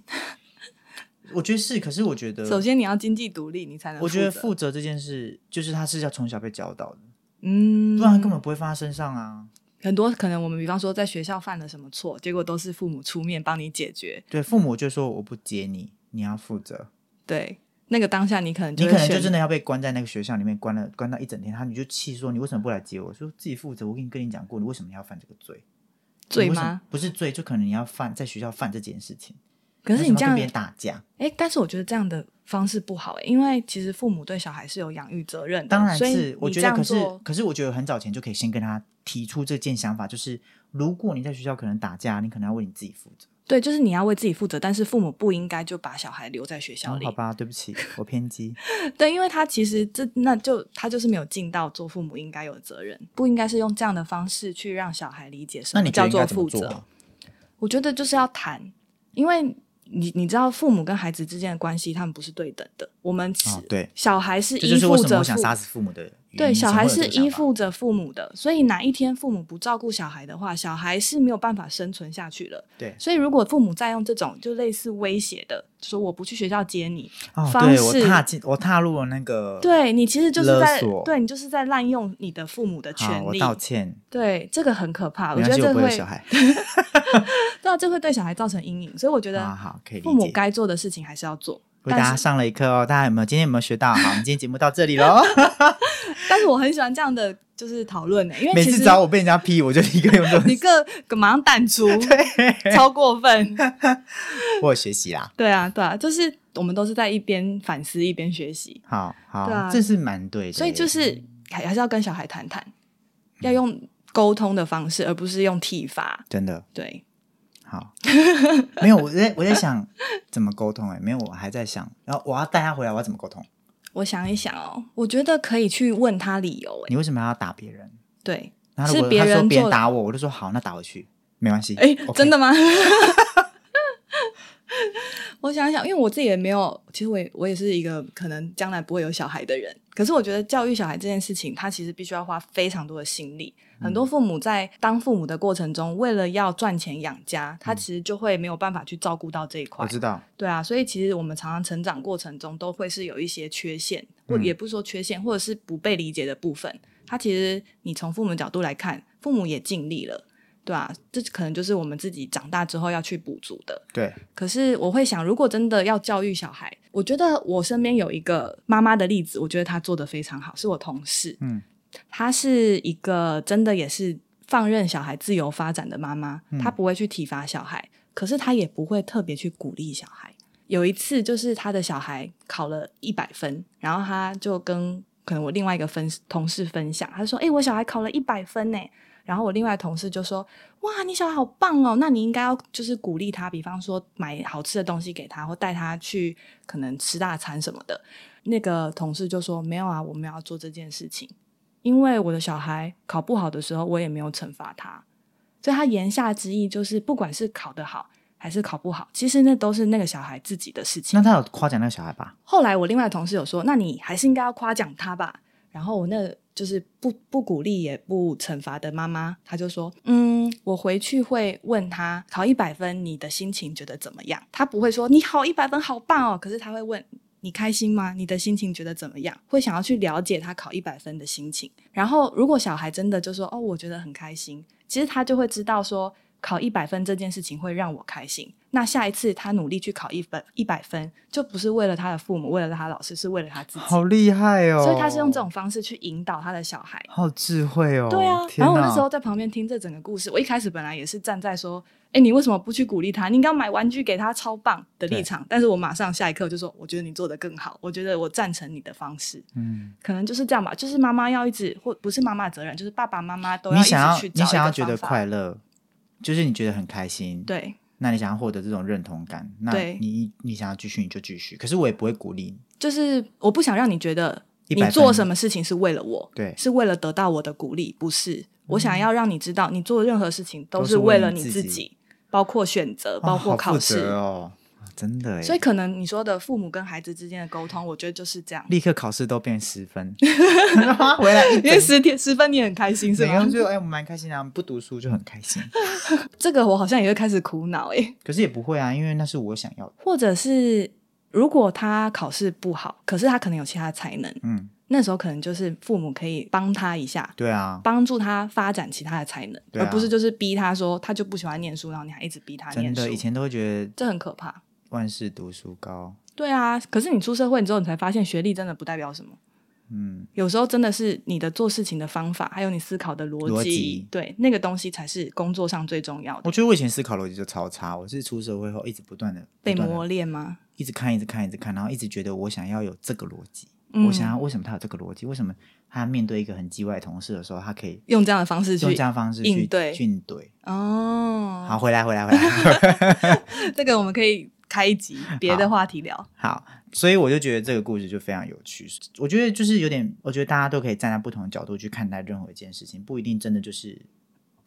我觉得是，可是我觉得
首，先你要经济独立，你才能。
呃我觉得负，责这件事，就是他是要从小被教导的，
嗯，
不然他根本不会放在身上啊。
很多可能我们比方说在学校犯了什么错，结果都是父母出面帮你解决。
对，父母就说我不接你，你要负责，
对，那个当下你可能
你
会
可能就
选
真的要被关在那个学校里面关了，关到一整天，他你就气说你为什么不来接我？说自己负责，我跟你跟你讲过，你为什么要犯这个罪？
罪
你为什么
吗？？
不是罪，就可能你要犯在学校犯这件事情。
可是你
为
这
什
样
么要跟别，人打架，
哎，但是我觉得这样的方式不好，诶因为其实父母对小孩是有养育责任的，
当然
所以
是我
你
觉
这
得，
样
可是
做
可是我觉得很早前就可以先跟他提出这件想法，就是如果你在学校可能打架，你可能要为你自己负责。
对，就是你要为自己负责，但是父母不应该就把小孩留在学校
哦
里，
好吧，对 不起，我偏激。
对，因为他其实这那就他就是没有尽到做父母应该有的责任，不应该是用这样的方式去让小孩理解什
那
么
你
叫
觉得应
做
该怎么
负
做
责。
啊？
我觉得就是要谈，因为你你知道，父母跟孩子之间的关系，他们不是对等的。我们是、
哦对
小孩是
这
依
就是
附
为什么
着
我想
父
杀死父母的原
对，
因
小
才
孩
会有
是
这个想
依
法
附着父母的，所以哪一天父母不照顾小孩的话，小孩是没有办法生存下去了。
对
所以如果父母再用这种就类似威胁的，说我不去学校接你，
哦，
方
对我
式
踏进我踏入了那个
对你其实就是
呃勒
在
索
对你就是在滥用你的父母的
好，
权
我
利。
道歉，
对，这个很可怕，我
没
觉得这
关系，我不会有
会
小孩。
对啊，这会对小孩造成阴影。所以我觉
啊，
得
好，可以理
父母
解
该做的事情还是要做。
为大
但
家
是
上了一课哦，大家有没有今天有没有学到？好，我们今天节目到这里喽。
但是我很喜欢这样的就是讨论欸呢、因为
每
其
次
实
只要我被人家批，我就立刻用这
你
种。
个马上淡出，超过分。
我有学习啦，
对啊，对啊，就是我们都是在一边反思一边学习，
好好，
对啊
这是蛮对的耶。
所以就是还还是要跟小孩谈谈，要用沟通的方式，而不是用体罚。
真的
对，
好，没有我在我在想怎么沟通哎、没有我还在想，然后我要带他回来，我要怎么沟通？
我想一想哦，我觉得可以去问他理由。哎，
你为什么要打别人？
对，
然后如
是
果
别
他说
人
别人
做
打我，我就说好，那打回去没关系。
哎，
OK
真的吗？ 我想一想，因为我自己也没有，其实我也我也是一个可能将来不会有小孩的人。可是我觉得教育小孩这件事情，他其实必须要花非常多的心力。
嗯
很多父母在当父母的过程中，为了要赚钱养家，他其实就会没有办法去照顾到这一块
我。知道，
对啊，所以其实我们常常成长过程中都会是有一些缺陷，或
嗯
也不是说缺陷，或者是不被理解的部分。他其实你从父母的角度来看，父母也尽力了，对啊，这可能就是我们自己长大之后要去补足的。
对，
可是我会想，如果真的要教育小孩，我觉得我身边有一个妈妈的例子，我觉得她做的非常好，是我同事，
嗯，
她是一个真的也是放任小孩自由发展的妈妈，
嗯
她不会去体罚小孩，可是她也不会特别去鼓励小孩。有一次，就是她的小孩考了一百分，然后她就跟可能我另外一个分同事分享，她说：“哎、我小孩考了一百分呢。”然后我另外同事就说：“哇，你小孩好棒哦！那你应该要就是鼓励他，比方说买好吃的东西给他，或带他去可能吃大餐什么的。”那个同事就说：“没有啊，我们要做这件事情，因为我的小孩考不好的时候，我也没有惩罚他。”所以他言下之意就是，不管是考得好还是考不好，其实那都是那个小孩自己的事情
那。他有夸奖那个小孩吧？
后来我另外的同事有说，那你还是应该要夸奖他吧。然后我那就是不不鼓励也不惩罚的妈妈，她就说，嗯，我回去会问他考一百分，你的心情觉得怎么样？她不会说你考一百分好棒哦，可是她会问你开心吗？你的心情觉得怎么样？会想要去了解他考一百分的心情。然后如果小孩真的就说哦，我觉得很开心，其实他就会知道说考一百分这件事情会让我开心。那下一次他努力去考一百一百分，就不是为了他的父母，为了他老师，是为了他自己。
好厉害哦！
所以他是用这种方式去引导他的小孩。
好智慧哦。
对啊，
天
然后我那
哪
时候在旁边听这整个故事，我一开始本来也是站在说，哎，你为什么不去鼓励他？你应该买玩具给他，超棒的立
对
场。但是我马上下一刻就说，我觉得你做的更好，我觉得我赞成你的方式，
嗯，
可能就是这样吧。就是妈妈要一直，或不是妈妈的责任，就是爸爸妈妈都
你
一直
想要
去找
你
一
想要
个
觉得
方法
快乐，就是你觉得很开心，，
对
那你想要获得这种认同感，那
对
你你想要继续你就继续，可是我也不会鼓励你，
就是我不想让你觉得你
100
做
分
什么事情是为了我，
对嗯
是为了得到我的鼓励，不是。我想要让你知道，你做任何事情都
都
是
是
为
为
了
你
你
自
自
己
己，包括选择，包
哦
括
好
考
负
试。
责哦，真的耶
所以可能你说的父母跟孩子之间的沟通，我觉得就是这样。
立刻考试都变 十分，然后回来一
因
整
为十天十分你很开心是
每个
吗
人？就哎，我蛮开心的啊，不读书就很开心，
这个我好像也会开始苦恼诶、哎
可是也不会啊，因为那是我想要的，
或者是如果他考试不好，可是他可能有其他才能，
嗯，
那时候可能就是父母可以帮他一下，
对啊，
帮助他发展其他的才能，
对啊
而不是就是逼他说他就不喜欢念书，然后你还一直逼他
真
念书
的，以，前都会觉得
这很可怕。
万事读书高，
对啊，可是你出社会之后，你才发现学历真的不代表什么。
嗯，
有时候真的是你的做事情的方法，还有你思考的逻
逻
辑
辑，哦
对那个东西才是工作上最重要的
我。觉得我以前思考逻辑就超差，我是出社会后一直不断的
被磨练吗？
一直看，一直看，一直看，然后一直觉得我想要有这个逻辑，
嗯
我想要为什么他有这个逻辑？为什么他面对一个很叽歪的同事的时候，他可以
用这样的方式去
用这样的方式去
应对
去应对？
哦，
好，，回来，回来，回来。
这个我们可以开一集别的话题聊。
好，所以我就觉得这个故事就非常有趣。我觉得就是有点，我觉得大家都可以站在不同的角度去看待任何一件事情，不一定真的就是。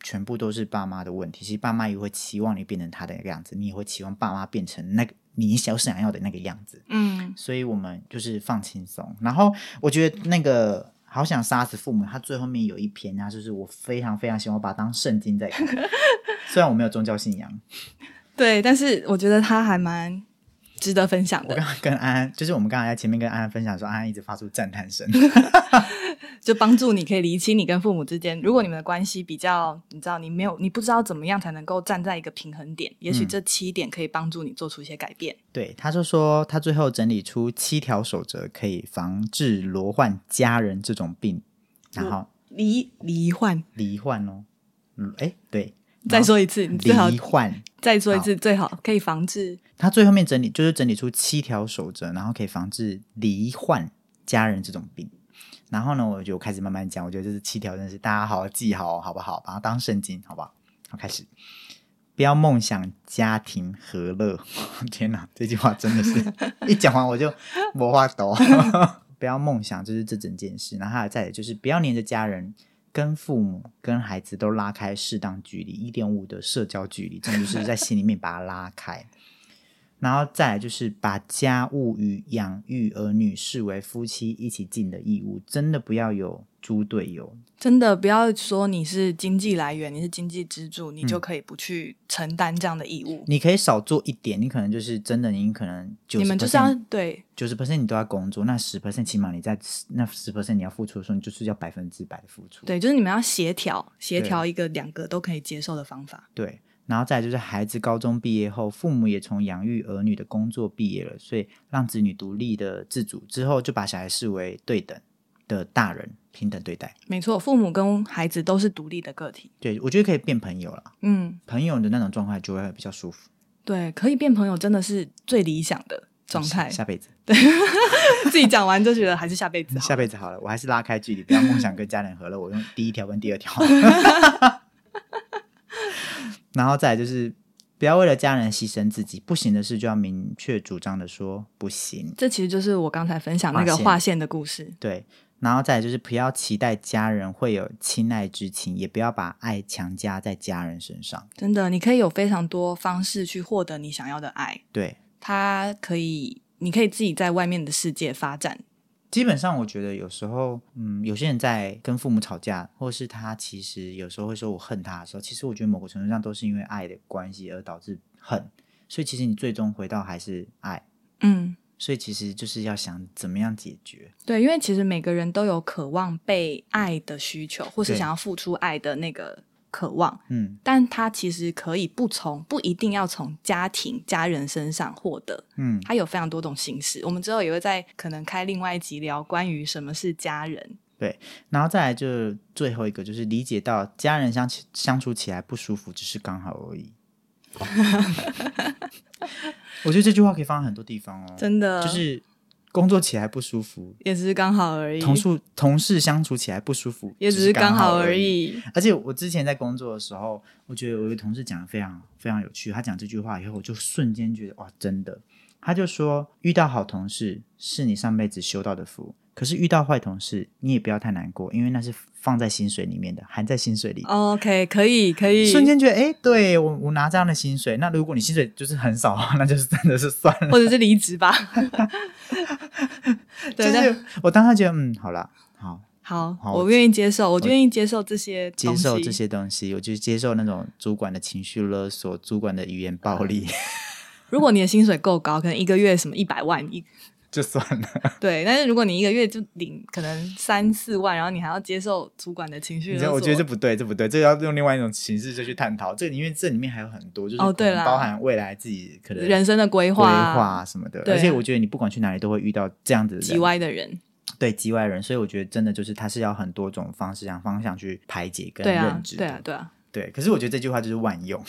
全部都是爸妈的问题，其实爸妈也会期望你变成他的那个样子，你也会期望爸妈变成那个你想想要的那个样子。
嗯，
所以我们就是放轻松。然后我觉得那个好想杀死父母》，它最后面有一篇，它就是我非常非常喜欢，我把它当圣经 在看。虽然我没有宗教信仰，
对，但是我觉得他还蛮值得分享
我
的，
刚刚跟安安，就是我们刚才在前面跟安安分享说，安安一直发出赞叹声。
就帮助你可以厘清你跟父母之间，如果你们的关系比较，你知道你没有，你不知道怎么样才能够站在一个平衡点，也许
嗯
这七点可以帮助你做出一些改变。
对，他就说他最后整理出七条守则，可以防治罹患家人这种病，然后
离离患，
罹患哦，嗯，哎，对，
再说一次，你最好嗯
罹患。
再说一次，最好可以防治
他最后面整理就是整理出七条守则，然后可以防治罹患家人这种病。然后呢，我就开始慢慢讲，我觉得这是七条，真的是大家好好记好，好不好？把它当圣经，好不好？好，开始。不要梦想家庭和乐， 天哪，这句话真的是一讲完我就没话抖。 不要梦想，就是这整件事。然后还有再来就是不要黏着家人，跟父母、跟孩子都拉开适当距离，一点五的社交距离，这种就是在心里面把它拉开。然后再来就是把家务与养育儿女视为夫妻一起尽的义务，真的不要有猪队友。
真的不要说你是经济来源，你是经济支柱，你就可以不去承担这样的义务。
你可以少做一点，你可能就是真的，你可能90%
你们就是要对
九十 percent 你都要工作，那十 percent 起码你在那十 percent 你要付出的时候，你就是要百分之百的付出。
对，就是你们要协调，协
对
调一个两个都可以接受的方法。
对，然后再来就是孩子高中毕业后，父母也从养育儿女的工作毕业了，所以让子女独立的自主之后，就把小孩视为对等的大人，平等对待。
没错，父母跟孩子都是独立的个体。
对我觉得可以变朋友啦，
嗯，
朋友的那种状态就会比较舒服。
对，可以变朋友真的是最理想的状态。
下辈子，
自己讲完就觉得还是 下辈子好。
下辈子好了，我还是拉开距离，不要梦想跟家人和乐。我用第一条跟第二条， 然后再来就是不要为了家人牺牲自己，不行的事就要明确主张的说不行。
这其实就是我刚才分享那个
划线
划线的故事。
对，然后再来就是不要期待家人会有亲爱之情，也不要把爱强加在家人身上。
真的，你可以有非常多方式去获得你想要的爱，
对，
它可以，你可以自己在外面的世界发展。
基本上，我觉得有时候，嗯，有些人在跟父母吵架，或是他其实有时候会说我恨他的时候，其实我觉得某个程度上都是因为爱的关系而导致恨，所以其实你最终回到还是爱，
嗯，
所以其实就是要想怎么样解决。
对，因为其实每个人都有渴望被爱的需求，或是
对
想要付出爱的那个渴望，
嗯
但他其实可以不从，不一定要从家庭、家人身上获得，
嗯，
它有非常多种形式。我们之后也会在可能开另外一集聊关于什么是家人。
然后再来就是最后一个，就是理解到家人相起相处起来不舒服，只是刚好而已。 我觉得这句话可以放在很多地方哦，
真的
就是工作起来不舒服，
也只是刚好而已，
同事同事相处起来不舒服，
也
只
只是
刚
刚好
而
而。已。
而且我之前在工作的时候，我觉得我有一个同事讲的非常非常有趣，他讲这句话以后，我就瞬间觉得哇，真的。他就说，遇到好同事是你上辈子修到的福，可是遇到坏同事，你也不要太难过，因为那是放在薪水里面的，含在薪水
哦
里。
OK，可以，可以，
瞬间觉得，哎、对我我拿这样的薪水，那如果你薪水就是很少， 那就是真的是算了。
或者是离职 吧。对，
就
但
是我当时觉得，嗯，好啦，好，
好，
好
我愿意接受，我愿意接受这些
接
东
受
西
这些东西，我就接受那种主管的情绪勒索、主管的语言暴力，
嗯如果你的薪水够高，可能一个月什么一百万一
就算了。
对，但是如果你一个月就领可能三四万，然后你还要接受主管的情绪
你
勒
知道，
索，
我觉得这不对，这不对，这要用另外一种形式就去探讨。这里因为这里面还有很多，就是
哦对
可能
啦
包含未来自己可能
人生的规
规
划
划什么的。
对啊
而且我觉得你不管去哪里都会遇到这样子的人
极歪的人，
对局外人，所以我觉得真的就是他是要很多种方式、方向去排解跟
对啊
认，知的。
对啊，对啊。
对可是我觉得这句话就是万用，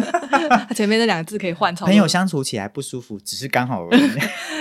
他前面那两个字可以换成
朋友，相处起来不舒服，只是刚好而已。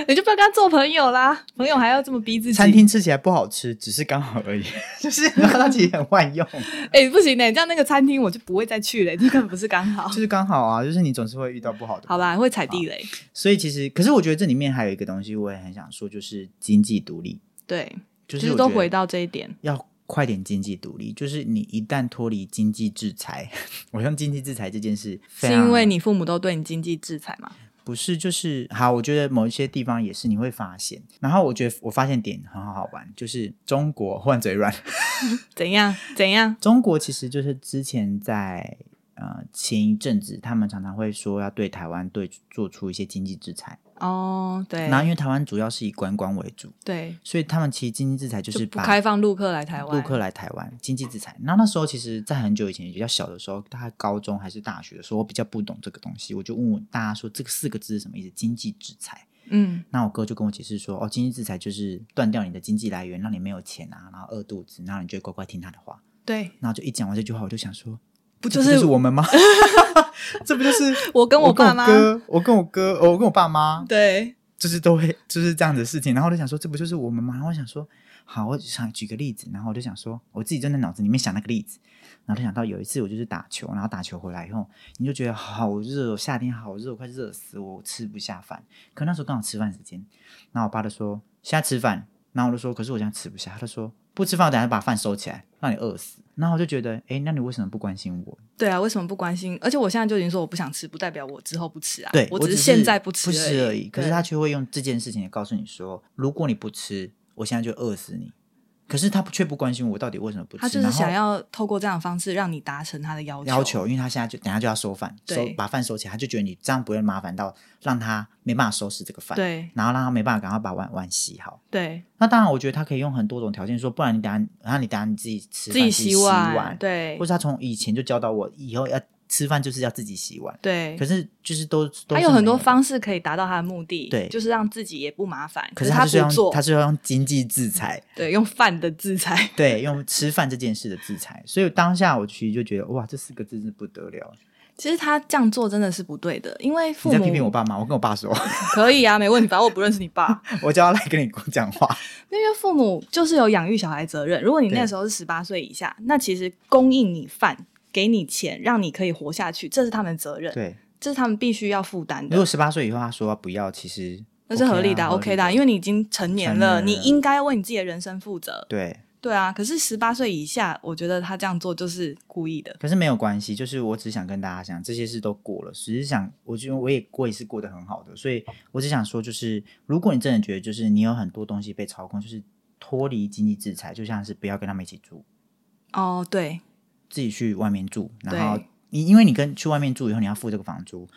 你就不要跟他做朋友啦，朋友还要这么逼自己。
餐，厅吃起来不好吃，只是刚好而 已，就是它其实很万用，
哎、不行呢、这样那个餐厅我就不会再去了、这根本不是刚好
就。是刚好啊，就是你总是会遇到不好的。
好吧，会踩地雷。
所以其实，可是我觉得这里面还有一个东西，我也很想说，就是经济独立，
对，
就
就是
我
是
觉得
都回到这一点。
要快点经济独立，就是你一旦脱离经 济制裁，我用经济制裁这件事，
是因为你父母都对你经济制裁嘛？
不是，就是好。我觉得某一些地方也是你会发现。然后我觉得我发现点很好好玩，就是中国换嘴软。
怎样怎样？
中国其实就是之前在呃前一阵子，他们常常会说要对台湾对做出一些经济制裁。
哦，对
然后因为台湾主要是以观光为主，
对，
所以他们其实经济制裁就
就是不
把
开放陆客来台湾。
陆客来台湾，经济制裁。然后那时候其实，在很久以前，比较小的时候，大概高中还是大学的时候，我比较不懂这个东西，我就问我大家说这个四个字是什么意思？经济制裁。
嗯，
那我哥就跟我解释说，哦，经济制裁就是断掉你的经济来源，让你没有钱啊，然后饿肚子，然后你就会乖乖听他的话。
对，
然后就一讲完这句话，我就想说，
不
这
就
不
是
就是我 们吗？这不就是
我跟
我
我爸妈？
哥，我跟我哥，哦我跟我爸妈，
对，
就是都会就是这样的事情，然后我就想说，这不就是我们吗？然后我想说，好，我想举个例子，然后我就想说，我自己就在脑子里面想那个例子，然后就想到有一次我就是打球，然后打球回来以后，你就觉得好热哦，夏天好热，我快热死我，我吃不下饭。可那时候刚好吃饭时间，然后我爸就说现在吃饭，然后我就说可是我现在吃不下，他就说不吃饭，我等下把饭收起来，让你饿死。然后我就觉得，哎，那你为什么不关心我？
对啊，为什么不关心？而且我现在就已经说我不想吃，不代表我之后不吃啊。
对
我
只
是现在
不
吃
吃
而
而已。可是
对
他却会用这件事情也告诉你说，如果你不吃，我现在就饿死你。可是他不却不关心我到底为什么不吃，
他就是
然后
想要透过这样的方式让你达成他的要求。
要求，因为他现在就等下就要收饭，收
对
把饭收起来，他就觉得你这样不会麻烦到让他没办法收拾这个饭，，
对
然后让他没办法赶快把碗碗洗好。
对，
那当然，我觉得他可以用很多种条件说，不然你等下，然后你等下你自己吃饭，
己
自己
洗
碗，，
对
或是他从以前就教导我，以后要吃饭就是要自己洗碗。
对
可。是就是都，都
他
是
有很
没
多
的
方式可以达到他的目的，
对
就是让自己也不麻烦。
可
是
是他就是
不
要
做，
用，他是要用经济 制裁，
对用饭的制裁。
对，用吃饭这件事的制裁。所以当下我其实就觉得，哇，这四个字是不得了。
其实他这样做真的是不对的，因为
你
父
在
母
批评我 爸妈，我跟我爸说，
可以啊，没问题，反正我不认识你爸。
我叫他来跟你讲话。
因为父母就是有养育小孩责任。如果你那
对
时候是十八岁以下，那其实供应你饭、给你钱，让你可以活下去，这是他们的责任，
对，
这是他们必须要负担
如果
的。
十八岁以后他说不要，其实
那是合理的啊、
OK
的啊，因为
为
你已经成年
成
了，
年
你
了
应该为你自己的人生负责。
对。
对啊，可是十八岁以下，我觉得他这样做就是故意的。
可是没有关系，就是我只想跟大家讲，这些事都过了。只是想，我觉得我也我也是过得很好的，所以我只想说，就是如果你真的觉得就是你有很多东西被操控，就是脱离经济制裁，就像是不要跟他们一起住，
哦，对
自己去外面住，
对
然后你因为你跟去外面住以后，你要付这个房租，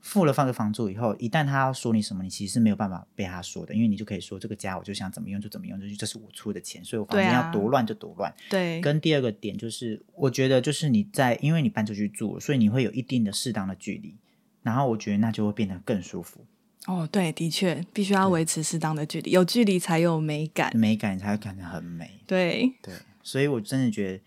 付了放个房租以后，一旦他要说你什么，你其实是没有办法被他说的，因为你就可以说这个家我就想怎么用就怎么用，就是这是我出的钱，所以我房
对
间
啊
要多乱就多乱。
对，
跟第二个点就是，我觉得就是你在因为你搬出去住了，所以你会有一定的适当的距离，然后我觉得那就会变得更舒服，
哦对，的确必须要维持适当的距离，有距离才有美感。
美感才会感觉很美。
对，
对，所以我真的觉得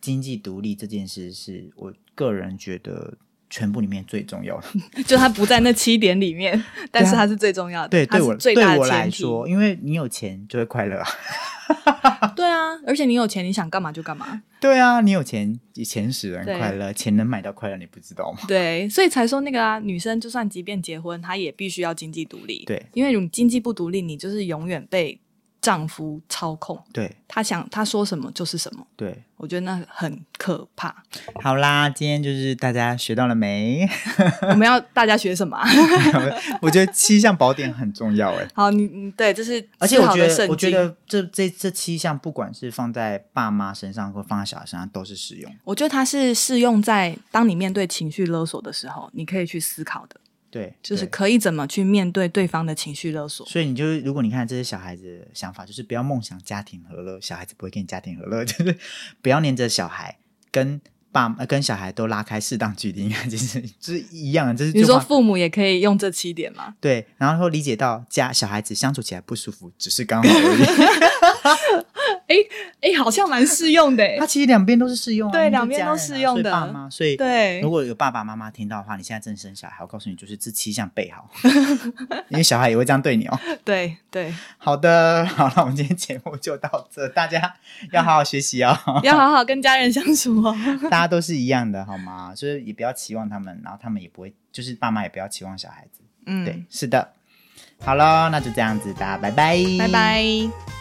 经济独立这件事是我个人觉得全部里面最重要的。
就他不在那七点里面，但是
对啊
他是最重要的，
对，
他
对
是
我
最
对
大的
我来
前提
说，因为你有钱就会快乐啊。
对啊，而且你有钱，你想干嘛就干 嘛。
对啊，你有钱，钱使人
对
快乐，钱能买到快乐，你不知道吗？
对，所以才说那个啊，女生就算即便结婚，她也必须要经济独立。，
对
因为你经济不独立，你就是永远被丈夫操控，
对
他想他说什么就是什么。
对，
我觉得那很可 怕。
好啦，今天就是大家学到了没？
我们要大家学什么啊、
我觉得七项宝典很重要哎。
好，你你对，这是
而且我
好
觉
的
得，
圣
我觉
经，
得这这这七项，不管是放在爸妈身上或放在小孩身上，都是适用。
我觉得它是适用在当你面对情绪勒索的时候，你可以去思考的，
对，
就是
对
可以怎么去面对对方的情绪勒索。
所以你就是，如果你看这些小孩子的想法，就是不要梦想家庭和乐，小孩子不会跟你家庭和乐， 就是不要黏着小孩，跟爸、呃、跟小孩都拉开适当距离，应该就是就是一样的，这是
你说
就话
父母也可以用这七点吗？
对，然后理解到家小孩子相处起来不舒服，只是刚好而
哎、好像蛮适用的、
已。
欸
它。其实两边都是适用、啊，
对
因为
两边
家人啊
都适用的
所以爸妈，所 以
对
如，果有爸爸妈妈听到的话，你现在正生小孩，我告诉你，就是这七项备好，因为小孩也会这样对你哦。
对 对，
好的，好了，那我们今天节目就到这，大家要好好学习哦。
要好好跟家人相处哦。
大家都是一样的，好吗？就是也不要期望他们，然后他们也不会，就是爸妈也不要期望小孩子。对，
嗯，
是的。好了，那就这样子，大家拜拜，
拜。拜。